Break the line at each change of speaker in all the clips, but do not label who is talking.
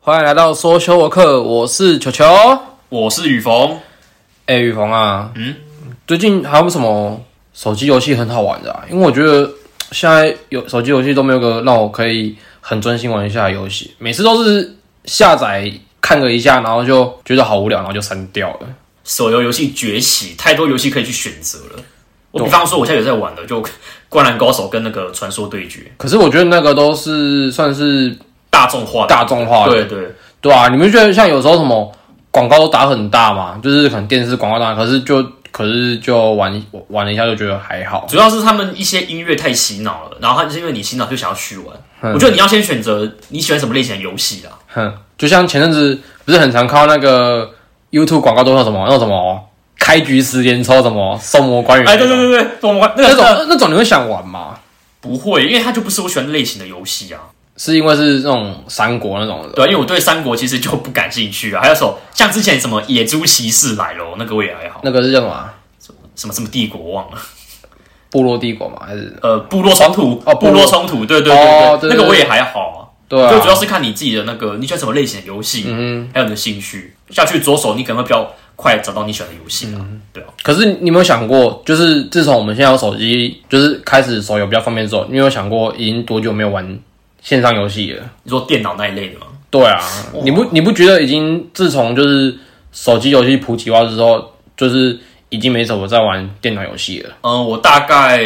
欢迎来到说修博客，我是球球。
我是雨逢，
哎、雨鹏啊，
嗯，
最近还有什么手机游戏很好玩的、啊？因为我觉得现在有手机游戏都没有个让我可以很专心玩一下的游戏，每次都是下载看了一下，然后就觉得好无聊，然后就删掉了。
手游游戏崛起，太多游戏可以去选择了。我比方说，我现在有在玩的，就《灌篮高手》跟那个《传说对决》，
可是我觉得那个都是算是
大众化的。
大众化的，
对对，
对啊，你们觉得像有时候什么广告都打很大嘛，就是可能电视广告打，可是就可是就玩玩了一下就觉得还好。
主要是他们一些音乐太洗脑了，然后他是因为你洗脑就想要去玩。我觉得你要先选择你喜欢什么类型的游戏啦。
哼，就像前阵子不是很常看到那个 YouTube 广告都说什么那种什么开局十连抽什么送魔关羽那
哎，
种，
对对对对，我们玩那
那
个
种
那个
那那种你会想玩吗？
不会，因为它就不是我喜欢的类型的游戏啊。
是因为是那种三国那种的，
对啊，因为我对三国其实就不感兴趣啊。还有什么像之前什么《野猪骑士》来了，那个我也还好。
那个是叫什么啊
什么什么帝国我忘了，
部落帝国嘛？还是
呃，部落冲突
哦部
部
落
落冲突，对对
哦对对
对对，那个我
对
也还好啊。
对啊嗯
就主要是看你自己的那个你喜欢什么类型的游戏，还有你的兴趣。下去左手，你可能会比较快找到你喜欢的游戏啦。
嗯
对啊，
可是你有没有想过，就是自从我们现在有手机，就是开始手游比较方便之后，你有没有想过已经多久没有玩线上游戏了？
你说电脑那一类的嘛，
对啊，你不你不觉得已经自从就是手机游戏普及化之后，就是已经没怎么在玩电脑游戏了？
嗯、我大概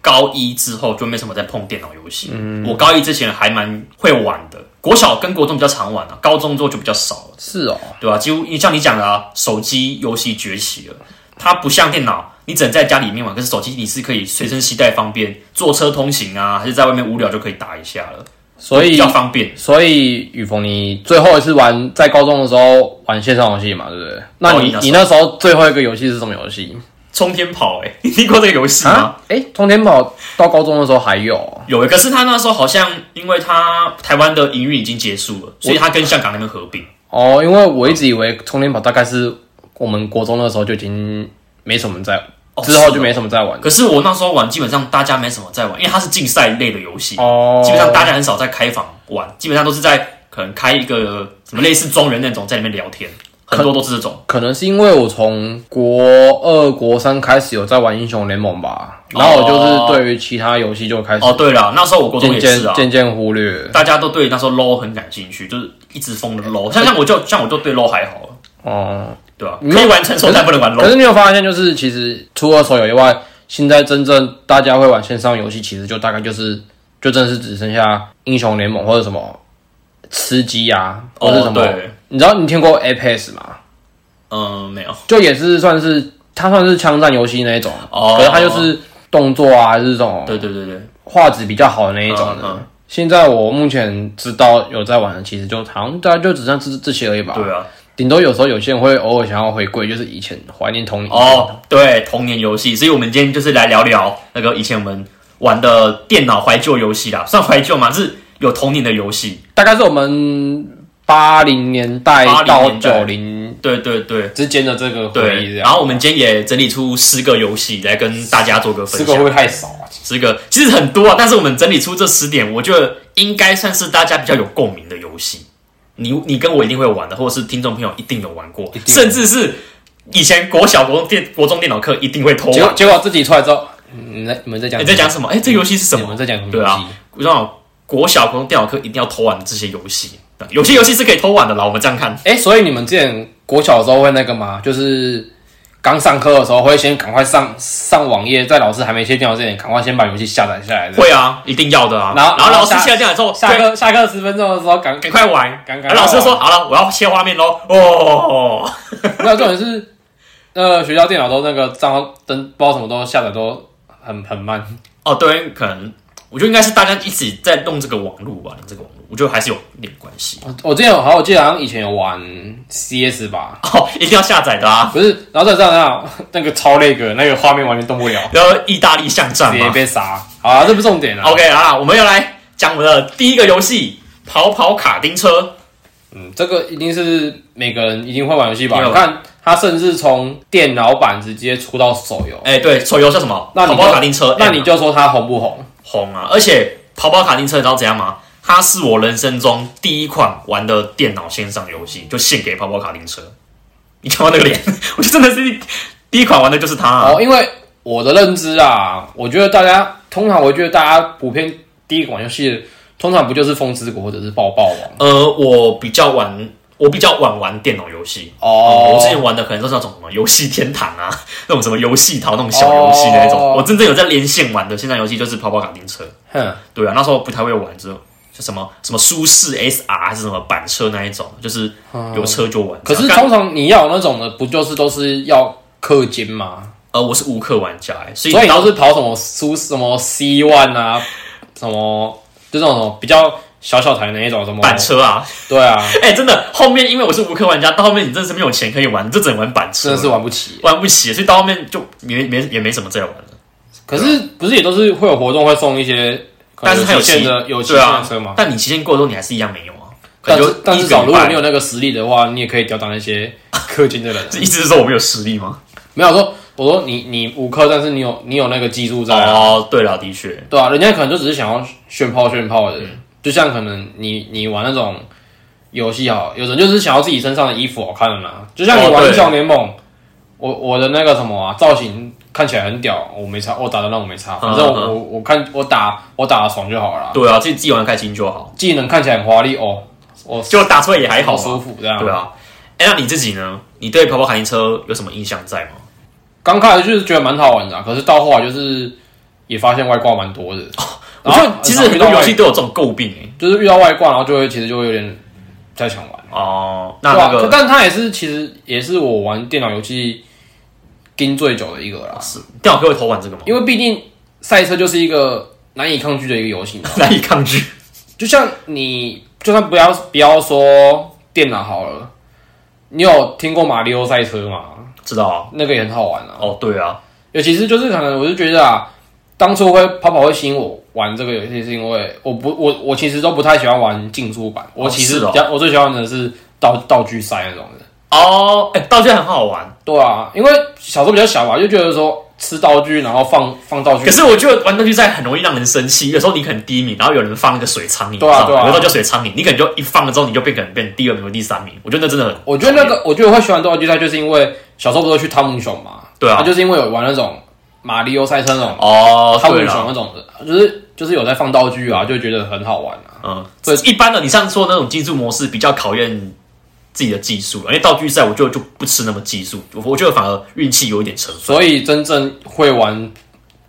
高一之后就没什么在碰电脑游戏。
嗯
我高一之前还蛮会玩的，国小跟国中比较常玩啊，高中之后就比较少了。
是哦，
对吧、啊？几乎你像你讲的啊，手机游戏崛起了，它不像电脑，你只能在家里面玩，可是手机你是可以随身携带，方便坐车通行啊，还是在外面无聊就可以打一下了，
所
比
以
较方便。
所以雨逢，你最后一次玩在高中的时候玩线上游戏嘛，对不对？那
高一
你
哦那时候
你那时候最后一个游戏是什么游戏
冲天跑、欸，哎， 你听过这个游戏吗？？
哎、通天跑到高中的时候还有哦，
有欸，可是他那时候好像因为他台湾的营运已经结束了，所以他跟香港那边合并。
哦，因为我一直以为充电宝大概是我们国中的时候就已经没什么在，
哦
之后
是
就
哦
没什么在玩
可是我那时候玩，基本上大家没什么在玩，因为它是竞赛类的游戏，
哦
基本上大家很少在开房玩，基本上都是在可能开一个什么类似庄园那种，在里面聊天，很多都是这种。
可能是因为我从国二、国三开始有在玩英雄联盟吧，然后我
哦
就是对于其他游戏就开始
哦，对了，那时候我国中
渐
也
渐
是啊，
渐渐忽略。
大家都对那时候 low 很感兴趣，就是一直疯的 low。像像我就像我就对 low 还好了，
哦，
对吧、可以玩成熟，但不能玩
可
low。
是你有发现，就是其实除了手游以外，现在真正大家会玩线上游戏，其实就大概就是就真的是只剩下英雄联盟或者什么吃鸡啊，或者什
哦，
么。
对，
你知道你听过 Apex 吗？
嗯，没有。
就也是算是它算是枪战游戏那一种，
哦，
可是它就是动作啊，还是这种
对对对对，
画质比较好的那一种的。
嗯嗯
现在我目前知道有在玩的，其实就好像大家就只剩这这些而已吧。
对啊。
顶多有时候有些人会偶尔想要回归，就是以前怀念童年。，
哦，对，童年游戏，所以我们今天就是来聊聊那个以前我们玩的电脑怀旧游戏啦，算怀旧嘛，是有童年的游戏。
大概是我们八零年代
80
到
年代
九零
对对对
之间的这个回忆，
对，
这
然
样。
后我们今天也整理出十个游戏来跟大家做个分
这
享。
个会不会太少啊？
十个其实很多啊，但是我们整理出这十点，我觉得应该算是大家比较有共鸣的游戏。你你跟我一定会玩的，或者是听众朋友一定有玩过，
定
甚至是以前国小、国中电、国中电脑课一定会偷
结果
玩。
结果自己出来之后，嗯你在你们在讲
你在讲什么？哎、这游戏是什
你
么？
们在讲什么？
对啊，我知道国小、国中电脑课一定要偷玩的这些游戏，对有些游戏是可以偷玩的啦。我们这样看，
哎、所以你们之前国小的时候会那个吗？就是刚上课的时候会先赶快上上网页，在老师还没切电脑之前，赶快先把游戏下载下来的。
会啊，一定要的啊。
然后
然后
然
老
后
师
下
下电脑之后，
下
对
课下课十分钟的时候赶
赶快玩。啊
赶赶
然后老师就说：“好了，我要切画面喽。”哦，
没有重点是，呃，学校电脑都那个账号登，不知道什么都下载都很很慢。
哦，对，可能我觉得应该是大家一直在弄这个网络吧，弄这个网络，我觉得还是有一点关系。
我我之前有好，我记得好像以前有玩 CS 吧，
哦，一定要下载的啊，
不是，然后再这样这样，那个超那个，那个画面完全动不了，
然后意大利巷战
直接
嘛。
被杀。好啊，这不重点啊。
OK 啊，我们要来讲我们的第一个游戏《跑跑卡丁车
嗯，这个一定是每个人一定会玩游戏吧？
一定
你
会玩
看，它甚至从电脑版直接出到手游》，，
哎，对，手游叫什么？
那你
跑
就
跑卡丁车，
那
M 啊
你就说它红不红？
红啊！而且跑跑卡丁车你知道怎样吗？它是我人生中第一款玩的电脑线上游戏，就献给跑跑卡丁车。你看我那个脸， 我就真的是第一款玩的就是它、啊。
哦，因为我的认知啊，我觉得大家通常，我觉得大家普遍第一款游戏通常不就是《风之谷》或者是《爆爆王》
呃，我比较玩，我比较晚玩电脑游戏。
嗯哦
我之前玩的可能都是那种什么游戏天堂啊，那种什么游戏淘那种小游戏的那种。
哦
我真正有在连线玩的线上游戏就是跑跑卡丁车。
哼，
对啊，那时候不太会玩，之后就什么什么舒适 SR 还是什么板车那一种，就是有车就玩。
嗯可是
刚
通常你要有那种的，不就是都是要氪金吗？
呃，我是无氪玩家、欸，所以
所以你
当
都是跑什么苏什么 C one 啊，什么就这种比较小小台那一种什么
板车啊，
对啊，
哎、真的后面因为我是无氪玩家，到后面你真的是没有钱可以玩，你就只能玩板车，
真的是玩不起。
玩不起，所以到后面就没没也没什么再玩了。
可是不是也都是会有活动会送一些，可能
但是它有
期限
期
的有期
对
限
啊
的车吗？
但你期限过之后，你还是一样没有啊。
但
可能
是
就
但
一
至
个
少
礼
如果
拜
你有那个实力的话，你也可以吊打那些氪金的人啊。
这意思是说我没有实力吗？
没有我说，我说你你五氪，但是你有你有那个技术在啊，
哦，对了，的确，
对啊，人家可能就只是想要炫炮炫炮的，
嗯
就像可能你你玩那种游戏好，有人就是想要自己身上的衣服好看的嘛，就像
哦
你玩
对
英雄联盟，我我的那个什么啊造型看起来很屌，我没差，我打的那我没差，反正
嗯
我我我看我打我打的爽就好了啦，
对啊，自己自己玩得开心就好，
技能看起来很华丽哦，我
就打出来也还好
好
嘛。
舒服这样，
对啊，哎、那你自己呢？你对跑跑卡丁车有什么印象在吗？
刚开始就是觉得蛮好玩的啊、可是到后来就是也发现外挂蛮多的。
哦我
然
觉
后
得其实很多
欸
游戏都有这种诟病哎、
就是遇到外挂，然后就会其实就会有点不太想玩，
哦、那
对吧
那个
可但它也是其实也是我玩电脑游戏盯最久的一个啦，
是哦电脑哥会偷玩这个吗？
因为毕竟赛车就是一个难以抗拒的一个游 戏嘛，
难以抗拒。
就像你就算不要不要说电脑好了，你有听过马里奥赛车吗？
知道啊。
那个也很好玩啊。
哦，对啊，
尤其是就是可能我就觉得啊，当初会跑跑会吸引我玩这个游戏，是因为我不我我其实都不太喜欢玩竞速版，我其实
是哦
比较、我最喜欢的是道道具赛那种的。
哦，哎、道具很好玩，
对啊，因为小时候比较小嘛，就觉得说吃道具，然后放放道具
可。是我觉得玩道具赛很容易让人生气。有时候你可能第一名，然后有人放那个水苍蝇，
对啊
你知道
对
吗
啊
有时候叫水苍蝇，你可能就一放了之后，你就变可能变第二名或第三名。我觉得那真的很，
我觉得那个，我觉得我会喜欢道具赛，就是因为小时候不是去汤姆熊嘛，
对
他、
啊，
就是因为有玩那种马里奥赛车那种、
哦，
汤姆
对
熊
了，
那种的，就是就是有在放道具啊，就觉得很好玩啊。
嗯，
对
一般的你像说那种竞速模式比较考验自己的技术，因为道具赛我就就不吃那么技术，我我觉得反而运气有一点成分。
所以真正会玩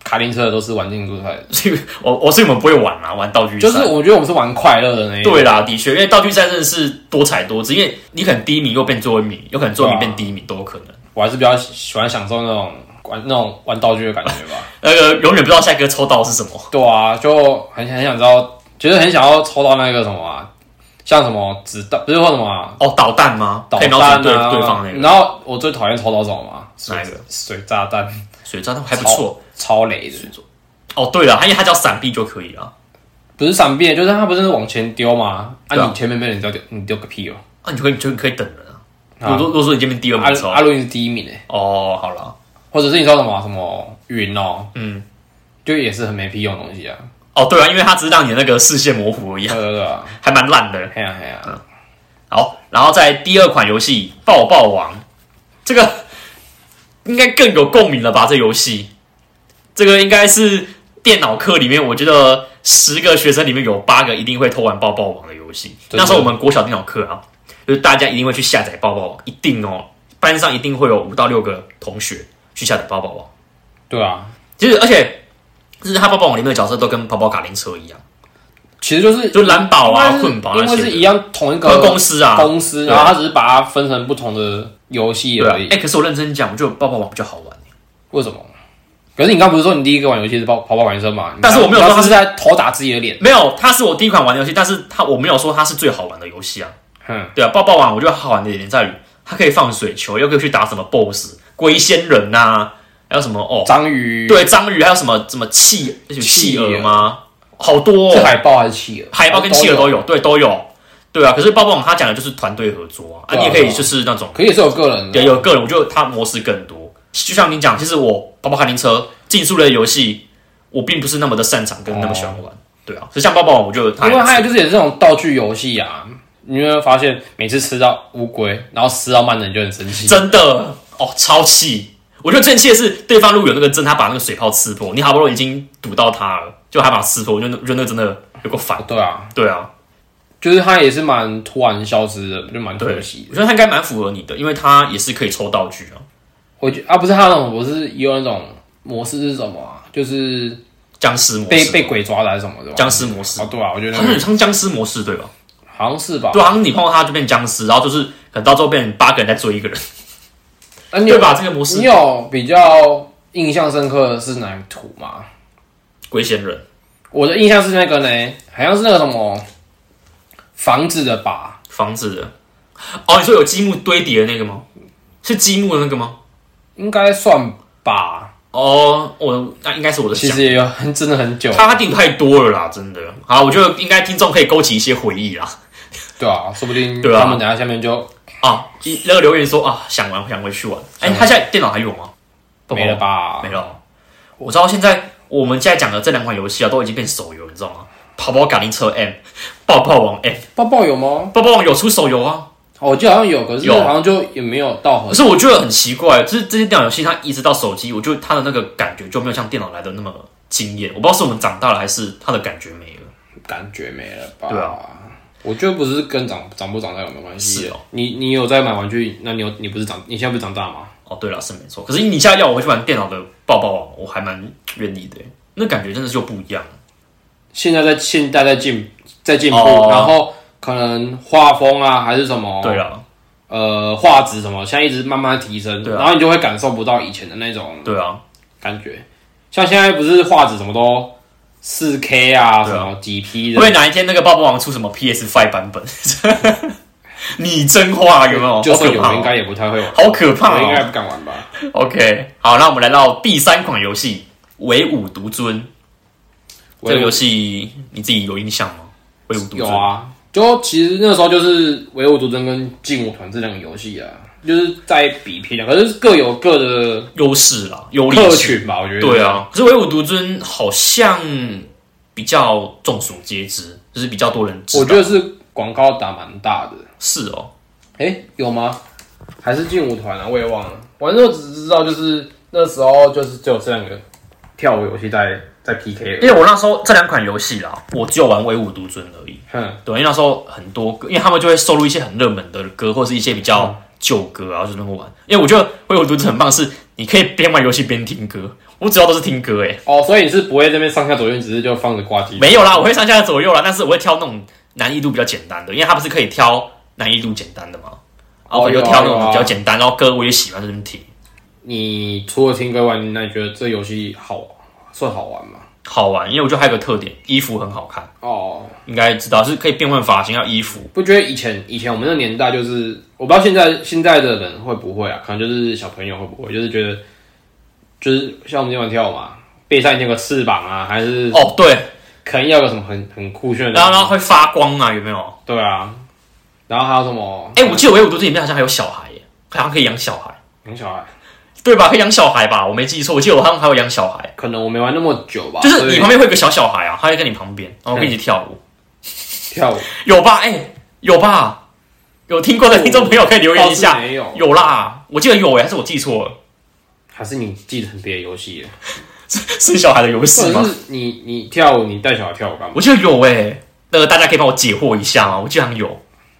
卡丁车的都是玩竞速赛的。
所以我 我所以我们不会玩啊，玩道具赛
就是我觉得我们是玩快乐的那一种
对啦，的确，因为道具赛真的是多彩多姿，因为你可能第一名又变最后一名，有可能最后一名
对啊
变第一名都有可能。
我还是比较喜欢享受那种玩那种玩道具的感觉吧。
那个永远不知道下一个抽到的是什么。
对啊，就很很想知道，其实很想要抽到那个什么、啊，像什么子弹，不是说什么、啊、
哦，导弹吗？
导
可以瞄
弹啊
准对对方那
你
个
知道我最讨厌抽到什么吗？水
哪一个
水炸弹，
水炸弹还不错。
超雷的。
哦，对了，它因为它叫闪避就可以了。
不是闪避，就是它不是往前丢吗？
对
啊，
啊
你前面被人丢丢，你丢个屁哦！
啊，你就可以你就可以等人啊。
啊
如果如果说你这边第二
阿
名抽，
阿伦是第一名诶、欸
哦，好了，
或者是你说什么啊什么云哦，
嗯，
就也是很没屁用的东西啊。
哦，对啊，因为它只是让你的那个视线模糊而已
对
啊，
对对啊，
还蛮烂的。
嘿啊呀嘿
嗯
呀，
好，然后在第二款游戏《爆爆王》，这个 应该更有共鸣了吧？这游戏，这个应该是电脑课里面，我觉得十个学生里面有八个一定会偷玩《爆爆王》的游戏。
真的
那时候我们国小电脑课啊，就是大家一定会去下载《爆爆王》，一定哦，班上一定会有五到六个同学去下载《爆爆王》。
对啊，
其实，而且就是他《爆爆王》里面的角色都跟跑跑卡丁车一样，
其实就是
就蓝宝啊、
因为是
混宝那
因为
些
是一
的，
样同一个
和公司啊，
公司，
对
然后它只是把它分成不同的游戏
对啊
而。已。
哎、可是我认真讲，我觉得《爆爆王》比较好玩。
为什么？可是你刚不是说你第一个玩游戏是跑跑跑玩生嘛？
但是我没有说
他
它
是
是
在头打自己的脸。
没有，它是我第一款玩的游戏，但是它我没有说它是最好玩的游戏啊。
嗯，
对啊，爆爆王我觉得好玩的点在于，它可以放水球，又可以去打什么 BOSS、龟仙人呐、还有什么哦，
章鱼
对，章鱼，还有什么什么企什么企鹅吗？好多、
是
哦，
海豹还是企鹅？哦
海豹跟企鹅
有，
都有，对，都有。对啊，可是爆爆王它讲的就是团队合作啊，啊，
对啊
你也可以就是那种
可也是有个人的
对，。有个人，我觉得它模式更多。就像你讲，其实我跑跑卡丁车竞速类游戏，我并不是那么的擅长跟那么喜欢玩。对啊，所以像抱抱网，我就
哦因为还有
它
就是也是这种道具游戏啊，你有没有发现每次吃到乌龟，然后吃到慢的你就很生气？
真的哦，超气！我觉得最气的是对方如果有那个针，他把那个水泡刺破，你好不容易已经堵到他了，就还把它刺破，我觉得那我觉得那真的有个烦。
对啊，
对啊，
就是它也是蛮突然消失的，就蛮可
对，
惜的。
我觉得他应该蛮符合你的，因为他也是可以抽道具啊，
我觉啊，不是它那种，我是也有那种模式是什么啊？就是
僵尸模
被
式，
被鬼抓的还是什么的吧？
僵尸模式
哦，，对啊，我 觉得
好像有像僵尸模式对吧？
好像是吧。
对啊，好像你碰到他就变僵尸，然后就是可能到最后变成八个人在追一个人，
那啊你有
对啊吧？这个模式
你有比较印象深刻的是哪一图吗？
龟仙人
我的印象是那个呢，好像是那个什么房子的吧？
房子的，哦，你说有积木堆叠的那个吗？是积木的那个吗？
应该算吧。
哦，我那应该是我的
其
想
实也有很真的很久，
他他定太多了啦，真的。好，我觉得应该听众可以勾起一些回忆啦。
对啊，说不定
对啊
他们等一下下面就
啊，一那个留言说啊，想玩想回去玩。哎、他现在电脑还有吗？
嗯没了？吧？
没了。哦我知道现在我们现在讲的这两款游戏啊，都已经变手游，你知道吗？跑跑卡丁车 M，抱 抱网 M，
抱抱有吗？
抱抱网有出手游啊。
哦我记得好像有，可是
有
好像就也没有到很
可是我觉得很奇怪，就是这些电脑游戏它移植到手机，我觉得它的那个感觉就没有像电脑来的那么惊艳。我不知道是我们长大了，还是它的感觉没了。
感觉没了吧？
对
啊。我觉得不是跟长长不长大有没有关系
是哦。
你你有在买玩具，那你有你不是长你现在不是长大吗？
哦，对了，是没错。可是你现在要我回去玩电脑的抱抱网，我还蛮愿意的耶。那感觉真的就不一样。
现在在现代在进在进步，
哦
然后可能画风啊还是什么，
对了，
呃画质什么，现在一直慢慢提升，
对啊
然后你就会感受不到以前的那种
对啊，
感觉。像现在不是画质什么都四 K 啊，
对
什
啊
么几 P
会
的
不，会哪一天那个抱抱网出什么 PS Five 版本？ 你真话有没有？
就算
好可
有
怕哦
应该也不太会玩，
好可怕
我应该
哦。
不敢玩吧？
OK，好，那我们来到第三款游戏《唯吾独尊》。这个游戏你自己有印象吗？《唯吾独尊
有》啊，就其实那时候就是唯我独尊跟劲舞团这两个游戏啊，就是在比拼啊，可是各有各的
优势啦，优劣
客
势。
群吧，我觉得。
对，啊，可是唯吾独尊好像比较众所皆知，就是比较多人知道。
我觉得是广告打蛮大的。
是哦，
哎、有吗？还是劲舞团啊？我也忘了。反正我只知道，就是那时候就是只有这两个跳舞游戏在在 PK 而
因为我那时候这两款游戏啦，我只有玩《唯吾独尊》而已。
已。哼，
对，因为那时候很多歌，因为他们就会收录一些很热门的歌，或是一些比
嗯
较旧歌啊，然后就那么玩。因为我觉得《唯吾独尊》很棒，是你可以边玩游戏边听歌。我主要都是听歌诶、欸
哦，所以你是不会这边上下左右，你只是就放着挂机。
没有啦，我会上下左右啦，但是我会挑那种难易度比较简单的，因为它不是可以挑难易度简单的嘛。啊，
哦
我就
有啊
挑那种
有啊
比较简单，然后歌我也喜欢，就这么听。
你除了听歌外，那你觉得这游戏好算好玩吗？
好玩，因为我觉得还有个特点，衣服很好看，
哦，
应该知道是可以变换发型，要衣服。
不觉得以前以前我们那个年代就是，我不知道现在现在的人会不会啊？可能就是小朋友会不会，就是觉得，就是像我们今晚跳舞嘛，背上一定有个翅膀啊，还是
哦，对，
可能要个什么很很酷炫的
然后
东
然
西，
后会发光啊，有没有？
对啊，然后还有什么？嗯
哎、我记得唯我独尊里面好像还有小孩耶，好像可以养小孩，
养小啊孩，
对吧？可以养小孩吧？我没记错，我记得我好像还有养小孩，
可能我没玩那么久吧，
就是
哦所以
你旁边会有个小小孩啊，他会在你旁边，然后跟你一起跳舞，
跳舞，
有吧？哎、有吧？有听过的听众朋友可以留言一
哦倒
下，
是没有，
有啦，我记得有哎、还是我记错了？
还是你记得很别的游戏了，
是小孩的游戏
或者
吗？
是你你跳舞，你带小孩跳舞干嘛？
我记得有哎、那个大家可以帮我解惑一下啊吗？我记得好像有。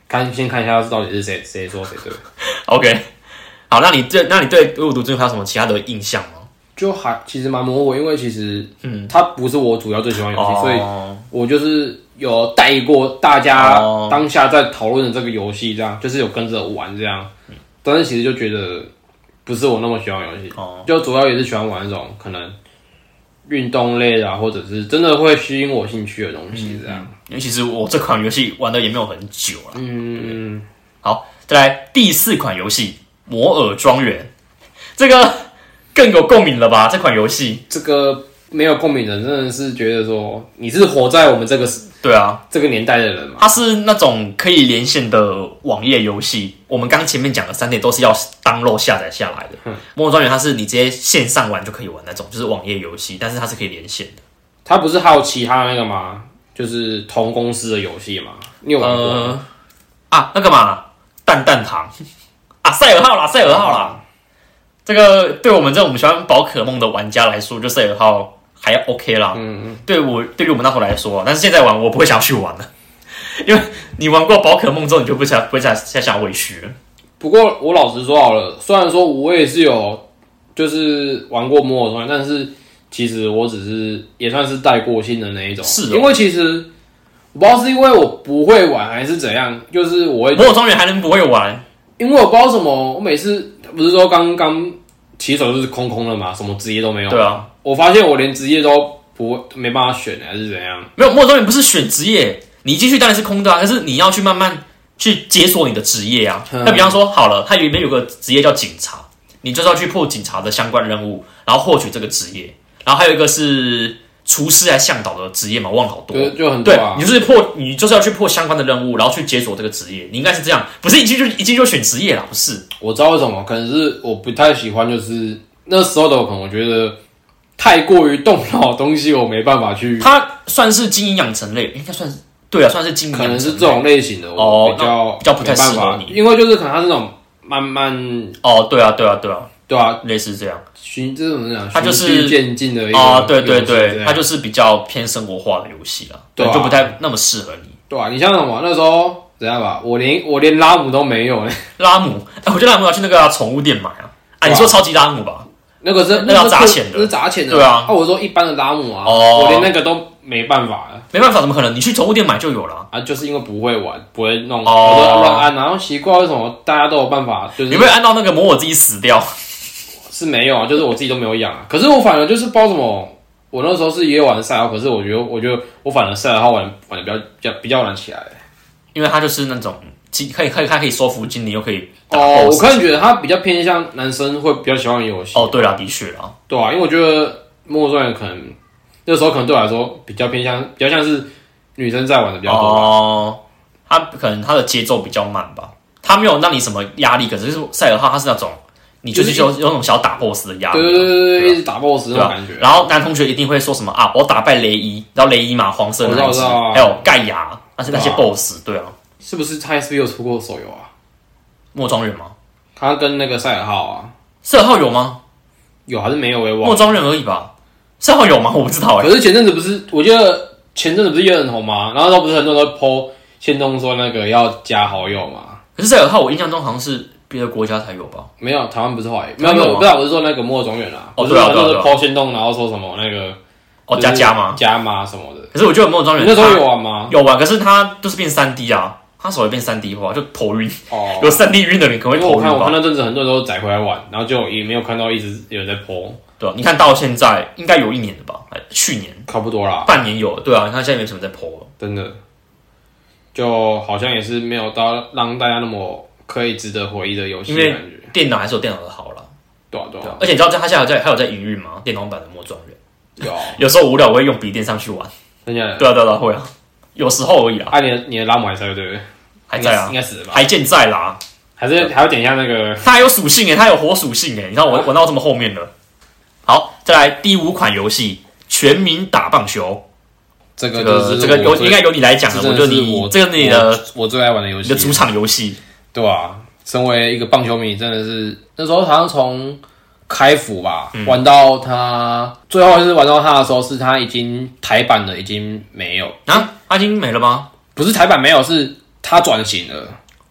看先看一下到底是谁谁说谁对。
OK，好，那你对那你对唯我独尊还有什么其他的印象吗？
就还其实蛮模糊，因为其实
嗯，哦
它不是我主要最喜欢的游戏，所以
以
我就是有带过大家
哦
当下在讨论的这个游戏，这样就是有跟着玩这样，但是其实就觉得不是我那么喜欢的游戏，
哦，
就主要也是喜欢玩那种可能运动类的、啊，或者是真的会吸引我兴趣的东西这样。
因为其实我这款游戏玩的也没有很久了。
嗯，
再来第四款游戏《摩尔庄园》，这个更有共鸣了吧？这款游戏，
这个没有共鸣的人真的是觉得说你是活在我们这个时
对啊，
这个年代的人嘛？
它是那种可以连线的网页游戏。我们刚前面讲的三点都是要当肉下载下来的，摩尔庄园》它是你直接线上玩就可以玩那种，就是网页游戏，但是它是可以连线的。
他不是还有其他那个吗？就是同公司的游戏嘛，你有玩过吗？
呃，啊，那个嘛，蛋蛋糖 啊，赛尔号啦，赛尔号啦。这个对我们这种喜欢宝可梦的玩家来说，就赛尔号还 OK 啦。嗯嗯，对我对于我们那时候来说，但是现在玩我不会想去玩了， 因为你玩过宝可梦之后，你就不想不会想再想委屈了。
不过我老实说好了，虽然说我也是有就是玩过摩尔庄园，但是其实我只是也算是带过性的那一种。
是哦
因为其实我不知道是因为我不会玩还是怎样，就是我会
摩尔庄园还能不会玩？
因为我不知道什么，我每次不是说刚刚起手就是空空了嘛，什么职业都没有。
对啊，
我发现我连职业都不没办法选还是怎样。
没有摩尔庄园不是选职业，你进去当然是空的啊，但是你要去慢慢去解锁你的职业啊。
嗯
那比方说，好了，它里面有个职业叫警察，你就是要去破警察的相关任务，然后获取这个职业。然后还有一个是厨师还向导的职业嘛，忘了好多。
就就很多
对
啊
你，就是破，你就是要去破相关的任务，然后去解锁这个职业。你应该是这样，不是一进就一进就选职业啦，不是？
我知道为什么，可能是我不太喜欢，就是那时候的我可能我觉得太过于动脑的东西，我没办法 去，
它算是经营养成类，应该算是对啊，算是经营养
可
成类。
能是这种类型的，
哦
我比较
那比较不太
没办法
适合你
因为就是可能它是那种慢慢
哦，对啊，对啊，对啊，
对啊，
类似这样。
循这种讲，
它就是
循序渐进的一个
啊，对对
游戏这
对，
样
它就是比较偏生活化的游戏啦，
对啊
就不太那么适合你。
对啊，你像什么那时候怎样吧，我连我连拉姆都没有、欸，
拉姆，哎，我觉得拉姆要去那个啊宠物店买啊，啊，
对啊
你说超级拉姆吧？
那个是
那要
个
砸钱的
那是砸钱的，
对啊
那我说一般的拉姆啊，
哦
我连那个都没办法了。
没办法，怎么可能？你去宠物店买就有了。
啊，就是因为不会玩，不会弄，
哦
我都乱按，啊然后奇怪为什么大家都有办法，就是
你会按到那个摩我自己死掉？
是没有啊，就是我自己都没有养啊。可是我反而就是包什么，我那时候是也有玩赛尔号，可是我觉得，我觉得我反而赛尔号玩玩的比较比较比较难起来。
因为它就是那种精，可以可以它可以收服精灵，又可以打
哦，我
boss。
个人觉得它比较偏向男生会比较喜欢的游戏，
哦，对啦，的确啦，
对啊，因为我觉得莫庄园可能那时候可能对我来说比较偏向，比较像是女生在玩的比较多。
哦，它可能它的节奏比较慢吧，它没有让你什么压力。可是赛尔号它是那种，你就是
就
有有那种想要打 boss 的压力
对
啊。
对对对对，一直打 BOSS 那
对啊
种
吧
感觉？。
然后男同学一定会说什么啊，我打败雷伊，然后雷伊嘛，黄色的那一
我知
只，
道我知道啊
还有盖亚，那是那些
对啊
BOSS，对啊，
是不是他是不是有出过手游啊？
莫庄园吗？
他跟那个赛尔号啊，
色号有吗？
有还是没有啊我也忘
莫
了。
庄园而已吧。色号有吗？我不知道哎、
可是前阵子不是，我记得前阵子不是也很红吗？然后都不是很多人都 PO 仙东说那个要加好友嘛？
可是色号我印象中好像是别的国家才有吧？
没有，台湾不是后来没
台
有
湾
没
有
有，
吗
我不知道我是说那个莫庄园啊，
哦
我是
对啊
说
对啊
就是
对啊
PO 仙东，然后说什么那个
哦，加加吗？
加码什么的。
可是我觉得莫庄
你
园
那时候有
它
玩吗？
有啊，可是它就是变三 D 啊，它手也变三 D 化，就头晕，
哦，
有三 D 晕的人可能会
因为我
头晕
看我看
吧？
那阵子很多人都载回来玩，然后就也没有看到一直有人在 PO，
对啊，你看到现在应该有一年了吧？哎去年
差不多啦，
半年有了，对啊，你看现在没什么在 PO 了。
真的，就好像也是没有到让大家那么可以值得回忆的游戏
因为
的感觉。
电脑还是有电脑的好啦。
对啊对啊，
而且你知道，它现在有在还有在营运吗？电脑版的魔庄园，
有啊，
有时候无聊我会用笔电上去玩。
剩下的
对啊，对啊，对啊会啊，有时候而已啊，
啊，你的你的拉姆还在对不对？
还在啊
应，该死了吧？
还健在啦，
还是还要点一下那个
它还有属性诶，它有火属性欸诶，你看我玩到这么后面了。好，再来第五款游戏《全民打棒球
这》，个
这个
就是
这个
我
由
最
应该由你来讲
这
了，
真
我
的
就是你
我
这个你的
我我最爱玩的游
你
戏
的，主场游戏，
对啊，身为一个棒球迷，真的是那时候好像从开服吧、玩到他最后是玩到他的时候，是他已经台版的已经没有，
啊，它已经没了吗？
不是台版没有，是他转型了。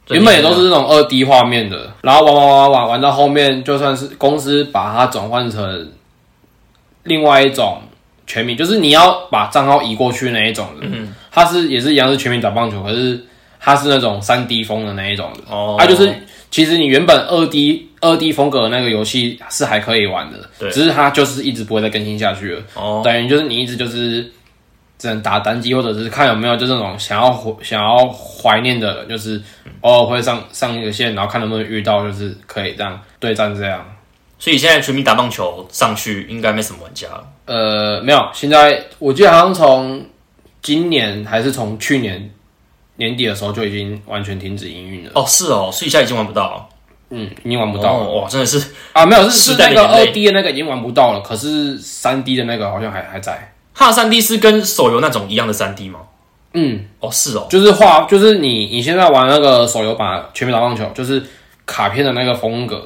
对
原本也都是那种二 D 画面的，然后玩玩玩玩玩玩到后面，就算是公司把它转换成另外一种全民，就是你要把账号移过去那一种的。嗯，它是也是一样是全民打棒球，可是它是那种三 D 风的那一种的。
哦，
它啊就是其实你原本二 D 二 D 风格的那个游戏是还可以玩的，
对
只是它就是一直不会再更新下去了。
哦，
等于就是你一直就是只能打单机，或者是看有没有就这种想要怀想要怀念的人，就是偶尔会上上一个线，然后看能不能遇到，就是可以这样对战这样。
所以现在全民打棒球上去应该没什么玩家了。
呃，没有，现在我记得好像从今年还是从去年年底的时候就已经完全停止营运了。
哦，是哦，所以现在已经玩不到了。
嗯，已经玩不到了、
哦哇，真的是
啊，没有是
时
是
代
那
的
个
眼
二
泪
D 的那个已经玩不到了，可是三 D 的那个好像还还在。
它的三 D 是跟手游那种一样的三 D 吗？
嗯，
哦，是哦，
就是画，就是你你现在玩那个手游版《全民打棒球》，就是卡片的那个风格，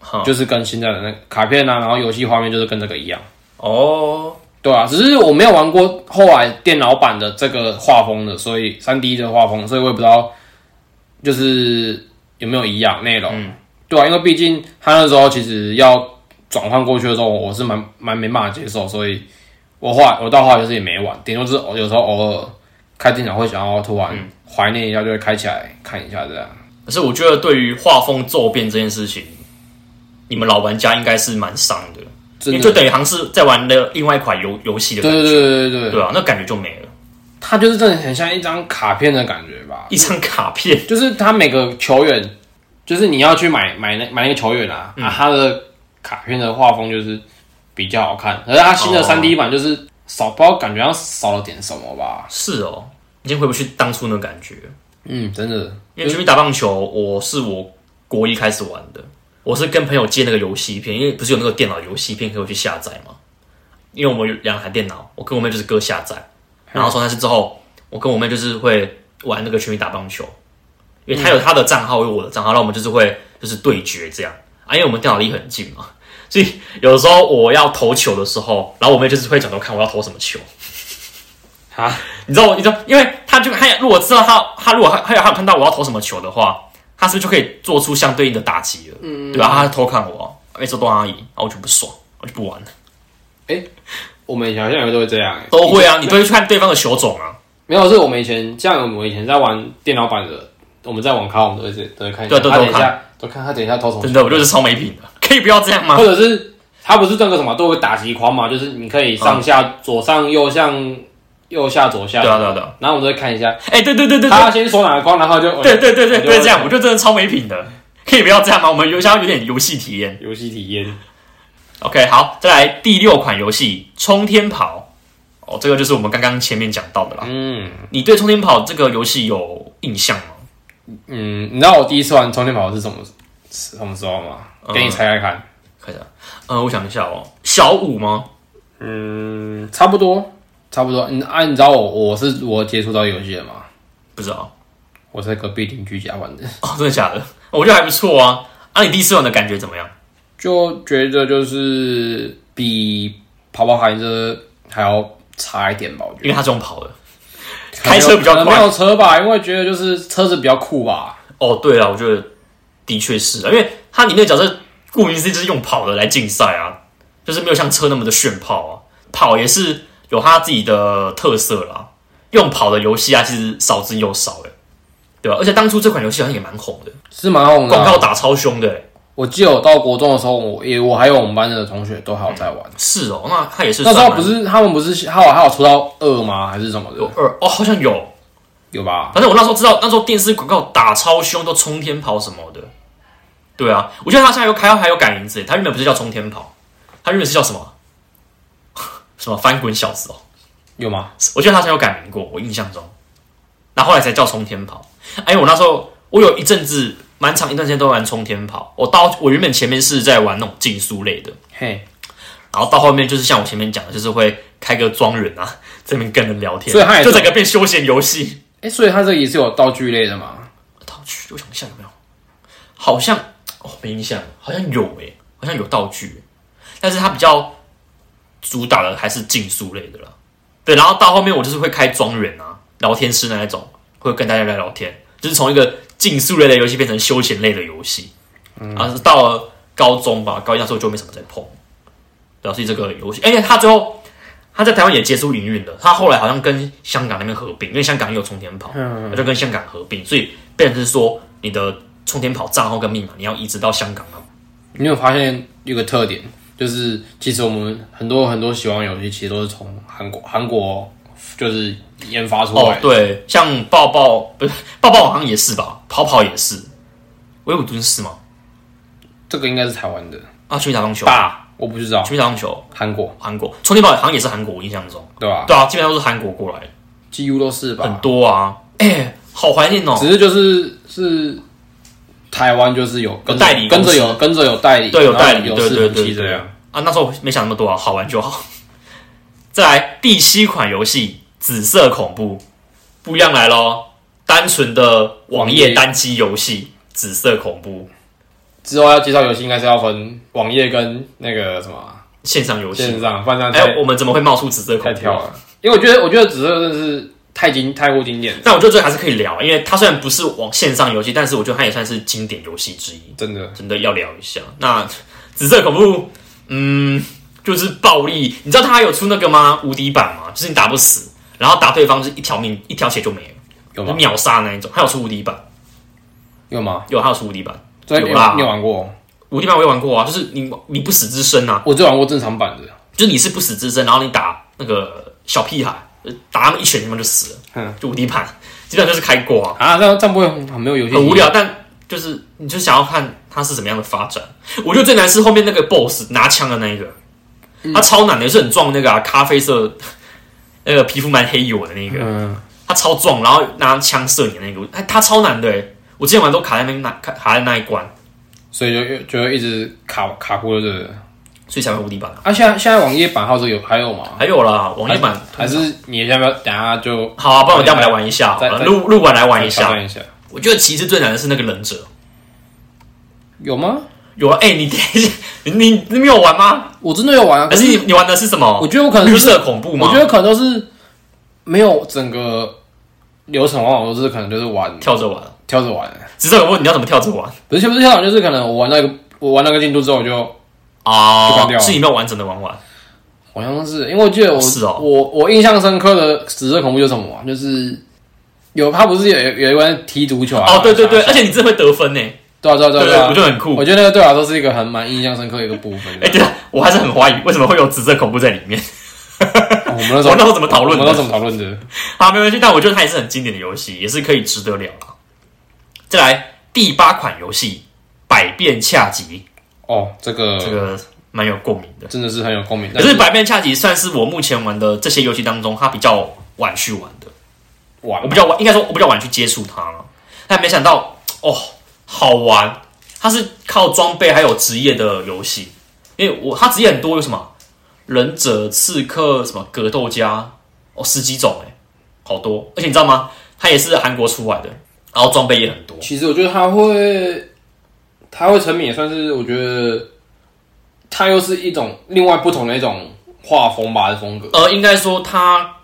哈，
就是跟现在的那个卡片啊，然后游戏画面就是跟这个一样。
哦，
对啊，只是我没有玩过后来电脑版的这个画风的，所以三 D 的画风，所以我也不知道就是有没有一样内容。对啊，因为毕竟他那时候其实要转换过去的时候，我是蛮蛮没办法接受，所以我后来我到后来就是也没玩，顶多就是偶有时候偶尔开电脑会想要突然怀念一下，就会开起来看一下这样。
可是我觉得对于画风骤变这件事情，你们老玩家应该是蛮伤的，因
真
为
的，
就等于好像是在玩的另外一款游游戏的
对
感
对
觉，
对对对对，
对啊，那感觉就没了，
它就是真的很像一张卡片的感觉吧，
一张卡片，
就是他每个球员，就是你要去买买那买那个球员啊，啊，他的卡片的画风就是比较好看，可是他新的
哦
三 D 版就是少，不知道感觉上少了点什么吧？
是哦，已经回不去当初那感觉，
嗯，真的，
因为全民打棒球，我是我国一开始玩的，我是跟朋友借那个游戏片，因为不是有那个电脑游戏片可以去下载嘛。因为我们有两台电脑，我跟我妹就是各下载，然后从那次之后，我跟我妹就是会玩那个全民打棒球，因为她有她的账号，我有我的账号，然后我们就是会就是对决这样啊，因为我们电脑离很近嘛，所以有的时候我要投球的时候，然后我妹就是会转头看我要投什么球。
啊，
你知道我，你知道，因为他就他如果知道他他如果他他有他有看到我要投什么球的话，他是不是就可以做出相对应的打击了？嗯，对吧？他偷看我，每次都让他赢，然后我就不爽，我就不玩了。
我们以前好像也都会这样、欸
都会啊，你都会去看对方的球种 啊，
没有，是我们以前像我们以前在玩电脑版的，我们在网咖，我们都会这都会看一下，
对都
他
都
等一下都看他等一下投什么
真的，我就是超没品的， 可以不要这样吗
或？者是他不是那个什么都有打击框嘛，就是你可以上下、左上右上右下左下，
对啊，对啊，对啊，
然后我们就会看一下，
哎，对对对 对
他
对
先说哪个框，然后就哎
对对对对
我就
对，这样，我就真的超没品的， 可以不要这样吗？我们有想要有点游戏体验。
游戏体验，
OK，好，再来第六款游戏《冲天跑》，哦，这个就是我们刚刚前面讲到的啦。
嗯
你对《冲天跑》这个游戏有印象吗？
嗯，你知道我第一次玩充电宝是什么什么时候吗？
嗯
给你猜猜看，
看一下，呃，我想一下哦，小五吗？
嗯，差不多差不多，你啊，你知道我我是我接触到游戏的吗？
不知道
我在隔壁邻居家玩的，
哦，真的假的？我觉得还不错啊。啊，你第一次玩的感觉怎么样？
就觉得就是比跑跑孩子还要差一点吧，我觉得
因。为它这种跑的，开车比较
可能没
快。
有车吧，因为觉得就是车子比较酷吧。
哦，对啊，我觉得的确是啊，因为它里面的角色顾名思义就是用跑的来竞赛啊，就是没有像车那么的炫炮啊。跑也是有它自己的特色啦，用跑的游戏啊，其实少之又少哎，对吧、而且当初这款游戏好像也蛮红的，
是蛮红的
广告
啊、
打超凶的欸。
我记得我到国中的时候，我也我还有我们班的同学都还有在玩。
是哦，那它也是
那时
算
候
蛮
不是他们不是还有还有出到二吗？还是什么的
有？二哦，好像有。
有吧？
反正我那时候知道，那时候电视广告打超凶，都冲天跑什么的。对啊，我觉得他现在有还还有改名字耶，欸他原本不是叫冲天跑，他原本是叫什么？ 什么翻滚小子哦？
有吗？
我觉得他好像有改名过，我印象中。那后来才叫冲天跑。哎，我那时候我有一阵子蛮长一段时间都玩冲天跑，我到我原本前面是在玩那种竞速类的，
嘿，
然后到后面就是像我前面讲的，就是会开个庄园啊，这边跟人聊天，
所以它也是
就整个变休闲游戏。
哎、所以它这个也是有道具类的嘛？
道具，我想一下有没有，好像哦没印象，好像有诶、好像有道具，欸但是它比较主打的还是竞速类的啦。对，然后到后面我就是会开庄园啊，聊天室那一种，会跟大家聊聊天，就是从一个竞速类的游戏变成休闲类的游戏。嗯，然后是到了高中吧，高一那时候就没什么在碰，对啊，所以这个游戏，而且他最后。他在台湾也结束营运了，他后来好像跟香港那边合并，因为香港也有冲天跑，
嗯
他就跟香港合并，所以变成是说你的冲天跑账号跟密码你要移植到香港啊。
你有发现有个特点，就是其实我们很多很多喜欢的游戏，其实都是从韩国韩国就是研发出
哦
来，的。
对，像抱抱不是抱抱好像也是吧，跑跑也是，维武敦是吗？
这个应该是台湾的
啊，全民打棒球，
吧？我不知道
全民打棒球，
韩国
韩国冲天跑好像也是韩国，我印象中，
对吧？
对啊，基本上都是韩国过来的，
几乎都是吧？
很多啊，哎、好怀念哦。
只是就是是台湾就是有跟着
代理公
跟
司
着有跟着有代理，
对有代理
然后
对
有伺
对
服
对
器
对
这样。
啊，那时候没想那么多啊， 好玩就好。再来第七款游戏《紫色恐怖》，不一样来咯，单纯的网页单机游戏《紫色恐怖
之后要介绍游戏，应该是要分网页跟那个什么啊》
线上游戏
线。上，不然这样
哎、
太、
我们怎么会冒出紫色
太
恐怖？
跳了。因为我觉得，我觉得紫色真的是太经太过经典了，
但我觉得这还是可以聊，啊因为它虽然不是往线上游戏，但是我觉得它也算是经典游戏之一，
真的。
真的要聊一下。那紫色恐怖，嗯，就是暴力。你知道它还有出那个吗？无敌版吗？就是你打不死，然后打对方就是一条命一条血就没了，
有
就
吗？
秒杀那一种。还有出无敌版，
有吗？
有还有出无敌版，
所以你
有啦
你有玩过？
无敌版我也玩过啊，就是你你不死之身啊，
我只玩过正常版的。
就是你是不死之身，然后你打那个小屁孩，呃打他们一拳，他们就死了，
嗯
就无敌盘，基本上就是开挂、
啊，这样这样不会很很没有游戏？
很无。聊，但就是你就想要看它是怎么样的发展。我觉得最难是后面那个 BOSS 拿枪的那一个，
嗯
他超难的，是很壮那个、啊、咖啡色，那个皮肤蛮黑黝的那个，
嗯，
他超壮，然后拿枪射你的那个，哎，他超难的、欸，我之前玩都卡在那那卡卡在那一关，
所以就就会一直卡卡过这个。
所以才会无敌版、啊。
啊，现在现在网页版号这个有还有吗？
还有啦，网页版
还是你要不要等下就
好啊，不然我们待会来玩一下好
再
了，
再
录录完来玩一下
挑。战一下？
我觉得其实最难的是那个忍者。
有吗？
有啊，哎、你等一下，你你没有玩吗？
我真的有玩啊，
还
可
是
是
你你玩的是什
我
么？
觉得我可能
绿
就是
色恐怖吗？
我觉得可能都是没有整个流程玩好，我都是可能就是玩
跳着玩，
挑着玩，
紫色恐怖你要怎么跳着玩
不是不是跳着，就是可能我玩那个我玩那个进度之后我就。就关
哦
掉，了
是你没有完整的玩完。
好像是，因为我记得我
是哦
我我印象深刻的紫色恐怖就是什么啊、就是有他不是有有有一关踢足球啊？
哦，对对对，
啥
而且你真的会得分呢，
对啊对啊对
对
啊
对，
对
我觉
啊！
得很酷
我。觉得那个对我来说是一个很蛮印象深刻的一个部分。
哎，对啊，我还是很怀疑为什么会有紫色恐怖在里面。
哦我们那时
我
候
那时候怎么讨
我
论
们那时候怎
的？
么讨论的？
好，没关系，但我觉得它也是很经典的游戏，也是可以值得聊啊。再来第八款游戏《百变恰吉
哦，这》，
这
个
个蛮有共鸣的。
真的是很有共鸣。
可是《百变恰吉》算是我目前玩的这些游戏当中，它比较晚去玩的。
玩
我比较晚，应该说我比较晚去接触它了。但没想到哦，好玩！它是靠装备还有职业的游戏，因为我它职业很多，有什么忍者、刺客、什么格斗家，哦，十几种哎、好多。而且你知道吗？它也是韩国出来的，然后装备也很多。
其实我觉得他会，他会沉迷也算是我觉得，他又是一种另外不同的一种画风吧的风格。
呃，应该说它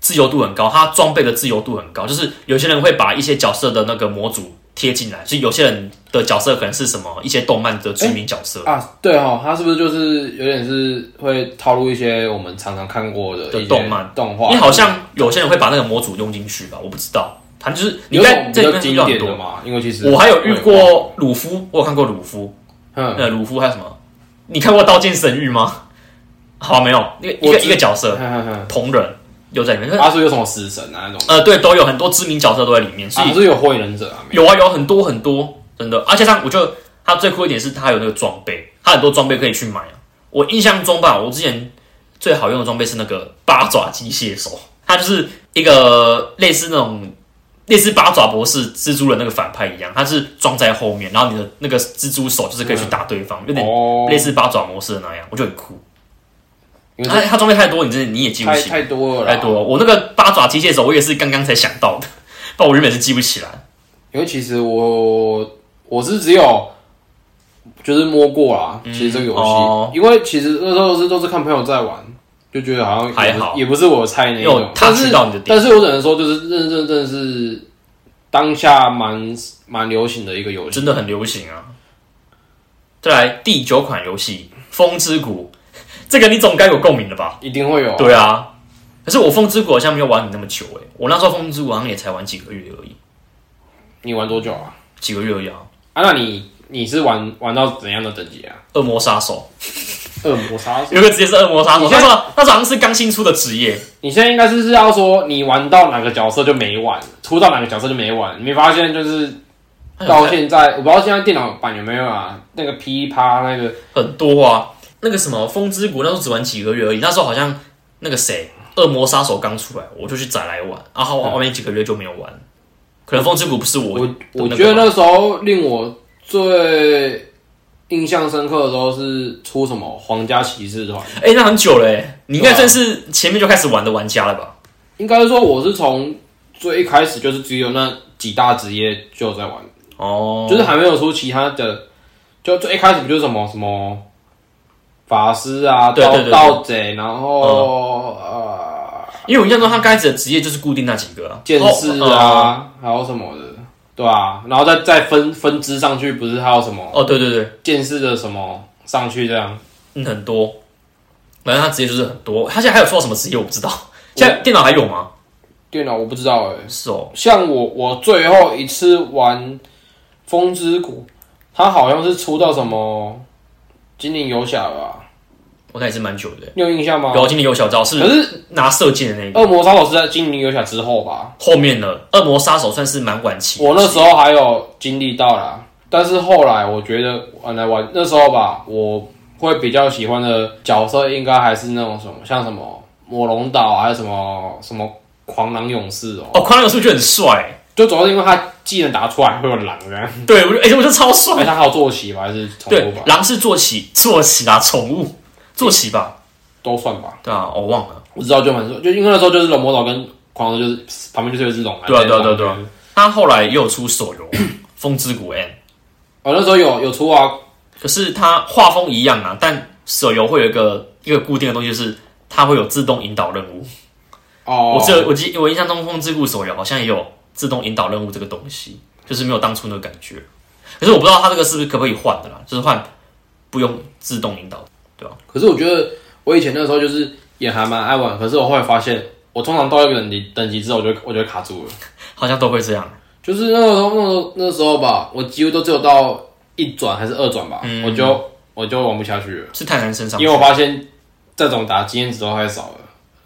自由度很高，它装备的自由度很高。就是有些人会把一些角色的那个模组贴进来，所以有些人的角色可能是什么一些动漫的知名角色，
啊，对哦，他是不是就是有点是会套路一些我们常常看过的
的
一些
动漫
动画？
因为好像有些人会把那个模组用进去吧，我不知道。反正就是你
有
在
种比
这
较
里面
经
遇到很
典的
多，
嘛，因为其实
我还有遇，过鲁夫，我有看过鲁夫，
嗯，
呃，鲁夫还有什么？你看过《刀剑神域》吗？好、没有，那个一
我
个
知
一个角 色，
阿
同人有在里面，
叔有什么死神啊那种，
呃，对，都有很多知名角色都在里面，所以
阿叔有火影忍者啊，
有啊，有很多很多，真的。而且上，我觉得它最酷一点是它有那个装备，它很多装备可以去买啊。我印象中吧，我之前最好用的装备是那个八爪机械手，它就是一个类似那种类似八爪博士蜘蛛人那个反派一样，它是装在后面，然后你的那个蜘蛛手就是可以去打对方，有点
哦，
类似八爪模式的那样，我觉得很酷。
因为
它
这
它装备太多，你真的你也记不
太
起
太
来。
多了啦，
太多了，我那个八爪机械手，我也是刚刚才想到的， 不然我原本是记不起来。
因为其实我我是只有就是摸过啦，其实这个游戏，
嗯哦
因为其实那时候是都是看朋友在玩，就觉得好像也不
还好
也不是我猜那
因为我
种，但是
touch 到你的点
但是我只能说就是认认真的是当下蛮蛮流行的一个游戏，
真的很流行啊。再来第九款游戏《风之谷》，这个你总该有共鸣了吧？
一定会有、
对啊，可是我《风之谷》好像没有玩你那么久诶、欸我那时候《风之谷》好像也才玩几个月而已，
你玩多久啊？
几个月而已啊。
啊，那你你是玩玩到怎样的等级啊？
恶魔杀手
恶魔杀手，
有一个职业是恶魔杀手，
你
那
现
时
在
候那时候好像是刚新出的职业，
你现在应该是是要说你玩到哪个角色就没玩，出到哪个角色就没玩，你没发现就是
哎
到现在，我不知道现在电脑版有没有啊？那个噼啪那个
很多啊。那个什么《风之谷》那时候只玩几个月而已，那时候好像那个谁《恶魔杀手》刚出来，我就去载来玩，然后玩没几个月就没有玩。可能《风之谷》不是我
我我
那个
觉得那时候令我最印象深刻的时候是出什么皇家骑士团，
哎、那
啊
很久了、欸，你应该算是前面就开始玩的玩家了吧？
应该说我是从最一开始就是只有那几大职业就有在玩，
哦，
就是还没有出其他的，就最一开始不就是什么什么法师啊、
对对嗯
盗
对
盗贼，然后、呃
因为我印象中他刚开始的职业就是固定那几个啊
剑士，
哦
啊，还有什么的，对啊，然后再再分分支上去，不是还有什么
嗯哦，对对对，
剑士的什么上去这样？
嗯，很多，反正他职业就是很多。他现在还有说到什么职业我不知道，现在电脑还有吗？
电脑我不知道哎、
是哦，
像我我最后一次玩风之谷，它好像是出到什么精灵游侠吧？
我看也是蛮久的。
你有印象吗？
有精灵有小招
可
是
是呃
拿射箭的那个，
恶魔杀手是在精灵游侠之后吧？
后面的恶魔杀手算是蛮晚期的。
我那时候还有经历到啦，但是后来我觉得玩来玩那时候吧，我会比较喜欢的角色应该还是那种什么，像什么魔龙岛啊，还有什么什么狂狼勇士哦、
哦，狂狼有数据很帅，
就主要是因为他技能打出来会有狼这样，
对我就哎、我觉得超
而且
帅。
他还有坐骑吧，还是重
对
复嗯吧，，
狼是坐骑，坐骑啦，宠物坐骑吧，
都算吧。
对啊，我忘了。
我知道就蛮说，就因为那时候就是龙魔岛跟狂狼就是旁边就是有一只龙啊，
对啊
在
对啊
那边
对啊对他后来也有出手游 《风之谷 M》，
哦，那时候有有出啊，
可是它画风一样啊，但手游会有一个一个固定的东西，就是它会有自动引导任务。
哦，
我记得我记我印象中《风之谷》手游好像也有自动引导任务这个东西，就是没有当初那个感觉。可是我不知道它这个是不是可不可以换的啦，就是换不用自动引导。
可是我觉得我以前那时候就是也还蛮爱玩，可是我后来发现，我通常到一个等级等级之后，我就我就会卡住了。
好像都会这样。
就是那个时候那时候那时候吧，我几乎都只有到一转还是二转吧，
嗯
我就我就玩不下去了，
是太难升上去，
因为我发现这种打经验值都太少了，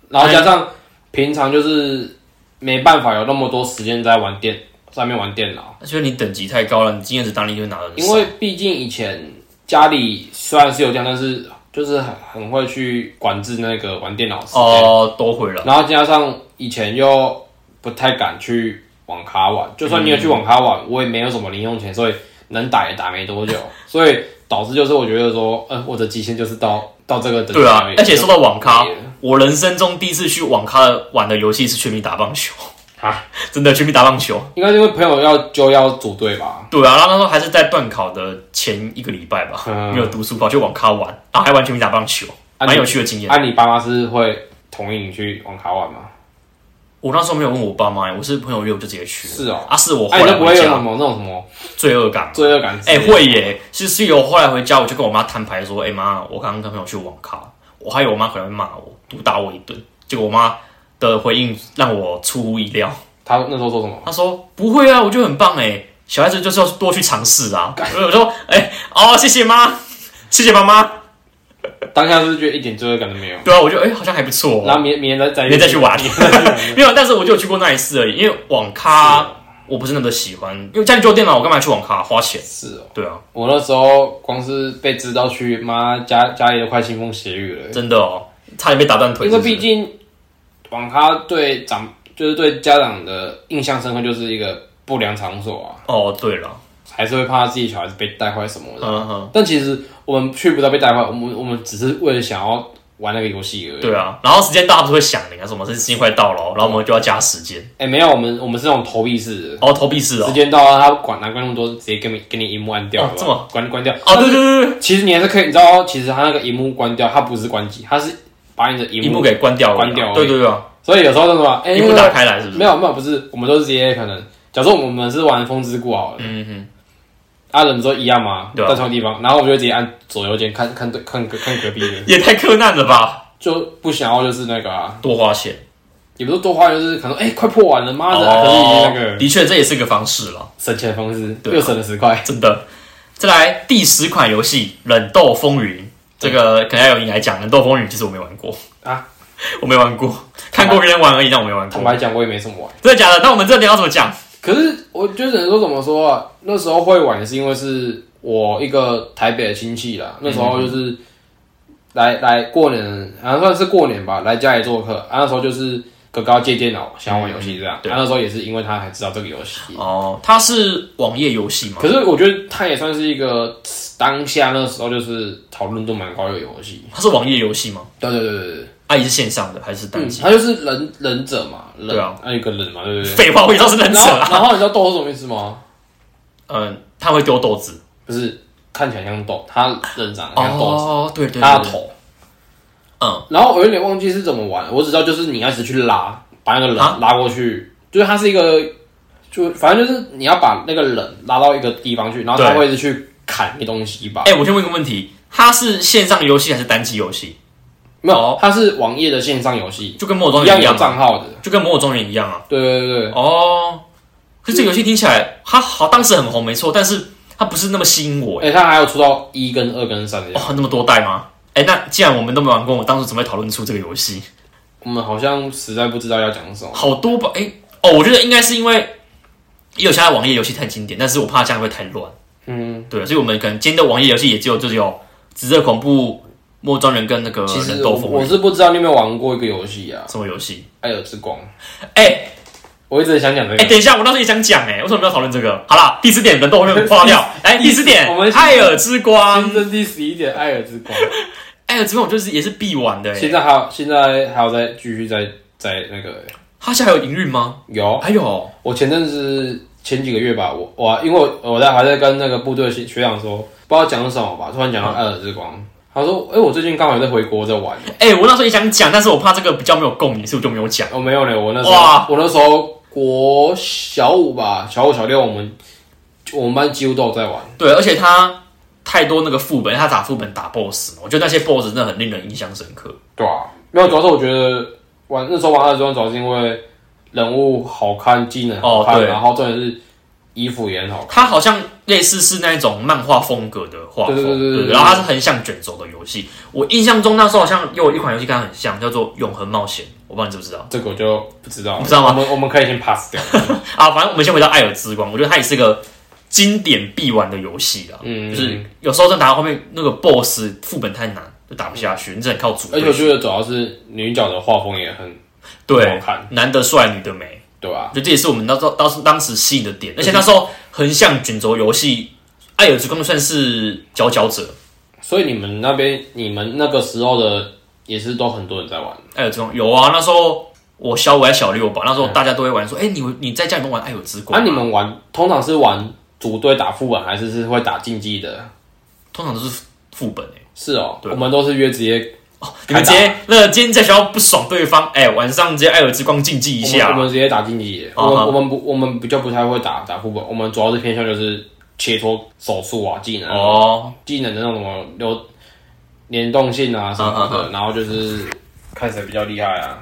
然后加上平常就是没办法有那么多时间在玩电上面玩电脑，
就是你等级太高了，你经验值当然就会拿的。
因为毕竟以前家里虽然是有这样，但是就是很很会去管制那个玩电脑的时间。
哦，都会了，
然后加上以前又不太敢去网咖玩，就算你
嗯
有去网咖玩，我也没有什么零用钱，所以能打也打没多久，所以导致就是我觉得说，呃，我的极限就是到到这个等级
对啊
已。
而且说到网
就
咖
没了，
我人生中第一次去网咖玩的游戏是全民打棒球
啊，
真的全民打棒球。
应该是因为朋友要就要组队吧，
对啊，然后那时候还是在断考的前一个礼拜吧，
嗯
没有读书跑去网咖玩，然后还玩全民打棒球，
啊
蛮有趣的经验。
啊，你爸妈是会同意你去网咖玩吗？
我那时候没有问我爸妈，我是朋友约我就直接去。
是哦
啊，是我
啊，
后
你
来
就不
回
会有
家、
什么那种什么
罪恶感。
罪恶感之
哎、
类的？
会耶，是是有后来回家我就跟我妈摊牌说，哎、妈，我刚刚跟朋友去网咖，我还以为我妈可能会骂我，毒打我一顿，结果我妈的回应让我出乎意料，
他那时候说什么？
她说不会啊，我觉得很棒哎，小孩子就是要多去尝试啊。我说，哎、哦，谢谢妈，谢谢妈妈。
当下是不是觉得一点罪恶感都没有，
对啊，我觉得哎、好像还不错、
然
哦。
后明明天再再
明天再去玩
明天再去玩
没有，但是我就有去过那一次而已，因为网咖我不是那么的喜欢，因为家里就有电脑，我干嘛去网咖花钱？
是哦。
对啊，
我那时候光是被知道去，妈家家里都快腥风血雨了，
真的哦，差点被打断腿
因
是
为
不是。
毕竟网咖对长就是对家长的印象深刻，就是一个不良场所啊，
哦，对了，
还是会怕自己小孩子被带坏什么的。
嗯哼，
但其实我们去不到被带坏，我们我们只是为了想要玩那个游戏而已。
对啊，然后时间到，他不是会响铃啊什么，是时间快到了哦，然后我们就要加时间，
哎、没有，我们我们是那种投币式的。
然后投币式
时
哦，
间到了，他管哪管那么多，直接给你给你荧幕按掉，
哦
好不好
这么
关关掉。
哦，对对对对
其实你还是可以，你知道，其实他那个荧幕关掉，他不是关机，他是把你的
对，
荧
荧
幕
幕给关掉了，
关掉了
对对对啊，
所以有时候那什么，哎、
荧幕打开来是不是？
没有没有，不是，我们都是直接可能，假如我们是玩风之谷好了，
嗯哼，
阿仁不说一样嘛，
对啊
在同地方，然后我们就直接按左右键看看对看看看隔壁的，
也太柯难了吧，
就不想要就是那个啊，
多花钱，
也不是多花，就是可能哎、快破完了，妈的，可是已经那
哦，
个
的确这也是个方式了，
省钱的方式，
对啊
又省了十块，
真的。再来第十款游戏《冷斗风云》，这个可能要由你来讲，《冷斗风云》其实我没玩过
啊，
我没玩过，看过别人玩而已，但我没玩
坦
过，
白讲我也没什么玩，
真的假的？那我们这里要怎么讲？
可是我就只能说怎么说啊，那时候会玩也是因为是我一个台北的亲戚啦，那时候就是。来来过年，好像算是过年吧，来家里做客。啊，那时候就是哥哥要借电脑想要玩游戏这样
嗯。对
啊，那时候也是因为他才知道这个游戏。
哦，它是网页游戏吗？
可是我觉得他也算是一个当下那时候就是讨论度蛮高的游戏。
它是网页游戏吗？
对对对对对，
啊，它也是线上的还是单
嗯，
机？
他就是忍忍者嘛，忍
对啊，
还有一个忍嘛，对不对？
废话，我也知道 是忍者
然后
啊啦。
然后你知道豆是什么意思吗？
嗯，他会丢豆子。
不是看起来像豆，他人长得像豆子，
哦，对对，
他
大
的头。
嗯，
然后我有点忘记是怎么玩，我只知道就是你要一直去拉，把那个人
啊
拉过去，就是它是一个，就反正就是你要把那个人拉到一个地方去，然后他
对
会一直去砍一个东西吧。
哎，我先问一个问题，它是线上游戏还是单机游戏？
没有
哦，
它是网页的线上游戏，
就跟魔
一
兽
样
庄园
有
样啊，
账号的。
就跟魔兽庄园一样啊。
对对对对，
哦，可是这个游戏听起来，它好当时很红没错，但是它不是那么吸引我。
哎、它还有出到一跟二跟三的
哇、。那么多代吗？哎、那既然我们都没玩过，我当时怎么会讨论出这个游戏？
我们好像实在不知道要讲什么。
好多吧？哎、哦，我觉得应该是因为也有现在网页游戏太经典，但是我怕这样会太乱。
嗯，
对，啊所以我们可能今天的网页游戏也只有就只有《紫色恐怖》《末庄人》跟那个
其
《
嗯
人
实我
斗风
我
云》
是不知道你有没有玩过一个游戏啊，《
什么游戏？
艾尔之光》，
哎、
我一直很想讲这
哎、
个。
等一下，我那时候也想讲哎、为什么要讨论这个？好啦，第四点人斗风云划 掉。哎、第四点
我们，
艾尔之光
新，增第十一点《艾尔之光》，
艾尔之哎光我就是也是必玩的、
现
欸。
在还有现在还有在继续在在那个
它现在还有营运吗？
有，
还有，
我前阵子前几个月吧，我我因为我我在还在跟那个部队学学长说，不知道讲什么吧，突然讲到《艾尔之光》，他说：“哎、我最近刚好在回国在玩。”
哎、我那时候也想讲，但是我怕这个比较没有共鸣，所以我就没有讲。
哦，没有呢，我那时候
哇
我那时候国小五吧，小五小六我们我们班几乎都有在玩，
对，而且他太多那个副本，他打副本打 BOSS，我觉得那些 BOSS 真的很令人印象深刻。
对啊，没有，主要是我觉得玩那时候玩二装主要是因为人物好看，技能好看，
哦对
然后重点是衣服也很好看。
它好像类似是那一种漫画风格的画风，
对对对对对对
然后它是横向卷轴的游戏。我印象中那时候好像又有一款游戏跟它很像，叫做《永恒冒险》，我不知道你知不知道
这个我就不知道了，
不知道吗
我们我们可以先 pass 掉。
啊？反正我们先回到《艾尔之光》，我觉得它也是个经典必玩的游戏啊啦。
嗯，
就是有时候真的打到后面那个 BOSS 副本太难，就打不下去，你只能靠组
而
队
且我觉得主要是女角的画风也很好
对，
看，
男的帅，女的美，
对啊吧、
就这也是我们那时候当时当时吸引的点。而且那时候横向卷轴游戏，《艾尔之光》算是佼佼者，《
所以你们那边你们那个时候的也是都很多人在玩，
艾尔之光》有啊，那时候。我小五还小六吧，那时候大家都会玩说，哎、你你在家里面玩《艾尔之光》
啊，你们玩通常是玩组队打副本，还是是会打竞技的？
通常都是副本哎、
是哦，
对哦
我们都是约直接
你们直接那个今天在学校不爽对方，哎、晚上直接《艾尔之光》竞技一
我们我
下，
们直接打竞技的。
啊哈
我们我们不我们比较不太会打打副本，我们主要是偏向就是切磋手速啊、技能啊、
哦，
技能的那种什么流联动性啊什么
啊
的，然后就是看谁比较厉害啊。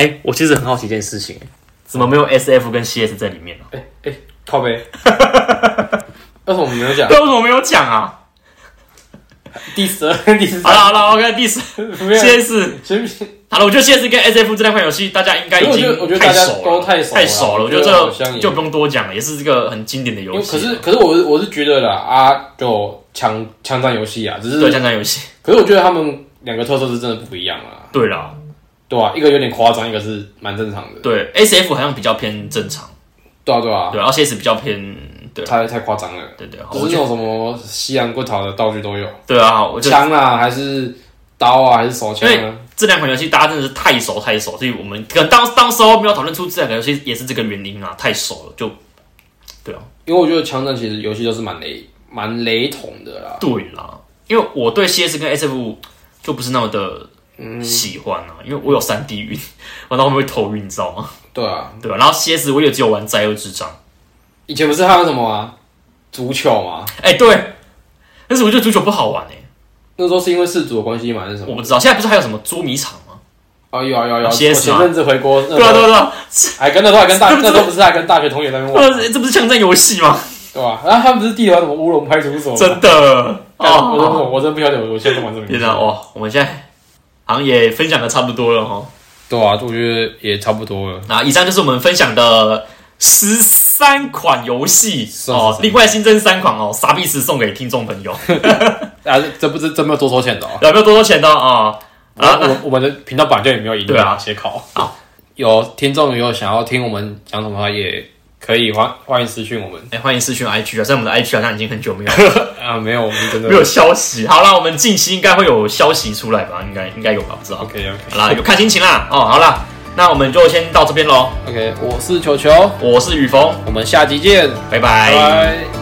哎、我其实很好奇一件事情、哎怎么没有 S F 跟 C S 在里面啊呢、
哎、哎、靠 背，为什么我们没有讲
对，为什么没有讲啊？
第十二跟第十
好了
三？
好了，OK，第四
不要，
C S，
行不行？
好了，我觉得 C S 跟 S F 这两款游戏大家应该已经
因为我觉得我觉得
太
大家
熟了，
都太
太
熟了
了。
我
我
觉
觉
得
得
好像也
这就不用多讲了，也是一个很经典的
因
游
为
戏。啊
可是可是我是我是觉得啦啊，就枪枪战游戏啊，只
对
是
战战游戏，
可是我觉得他们两个特色是真的不一样啊，
对啦，
对啊，一个有点夸张，一个是蛮正常的，
对 S F 好像比较偏正常，
对啊对啊，
对，然后 C S 比较偏，对啊
太太夸张了，
对对，好
就是
我
那
觉
种
得
什么西洋棍桃的道具都有，
对啊，我就
枪啊还是刀啊还是手枪
因
啊，
这两款游戏大家真的是太熟太熟，所以我们可能当当时候没有讨论出这两个游戏也是这个原因啊，太熟了就，对啊。
因为我觉得枪战其实游戏都是蛮雷蛮雷同的啦，
对啦，因为我对 CS 跟 SF 就不是那么
嗯
的喜欢啊，因为我有三 D 晕， 玩到后面会头晕，你知道吗？
对啊，
对吧、然后 CS 我也只有玩灾厄之章，
以前不是还有什么啊足球嘛，
哎、对，但是我觉得足球不好玩哎、
那时候是因为世足的关系嘛还是什么？
我不知道，现在不是还有什么捉迷藏吗？
啊有啊有啊有啊，我前
CS 嘛
阵子回国那
对
个
啊，对啊，对啊，
还跟那时候还跟大
是不是
那时候不是还跟大学同学在那边
对啊
玩，
这不是枪战游戏吗？
对吧？然后他们不是地玩什么乌龙派出所吗？
真的
干我真
哦，
不懂，我真不晓得我现在在玩什么游
别
戏
这。样哇，我们现在好像也分享的差不多了哦。
对啊，我觉得也差不多了。
那以上就是我们分享的十三款游戏
是
哦
是，是
另外新增三款哦，傻逼时送给听众朋友，
啊，这这不是真没有多收钱的 哦。
有没有多多钱的啊？
啊
啊，，
我我们的频道版就也没有赢
对啊
写考
好。
有听众有想要听我们讲什么，也可以欢欢迎私讯我们
哎、欢迎私讯 IG 啊，在我们的 IG 好像已经很久没 有
啊，没有，我们真的
没有消息。好啦，我们近期应该会有消息出来吧？应该应该有吧？不知道。
OK OK
好 啦，有看心情啦。哦，好啦，那我们就先到这边喽。
OK，我是球球，
我是雨峰，
我们下集见，
拜拜
拜拜。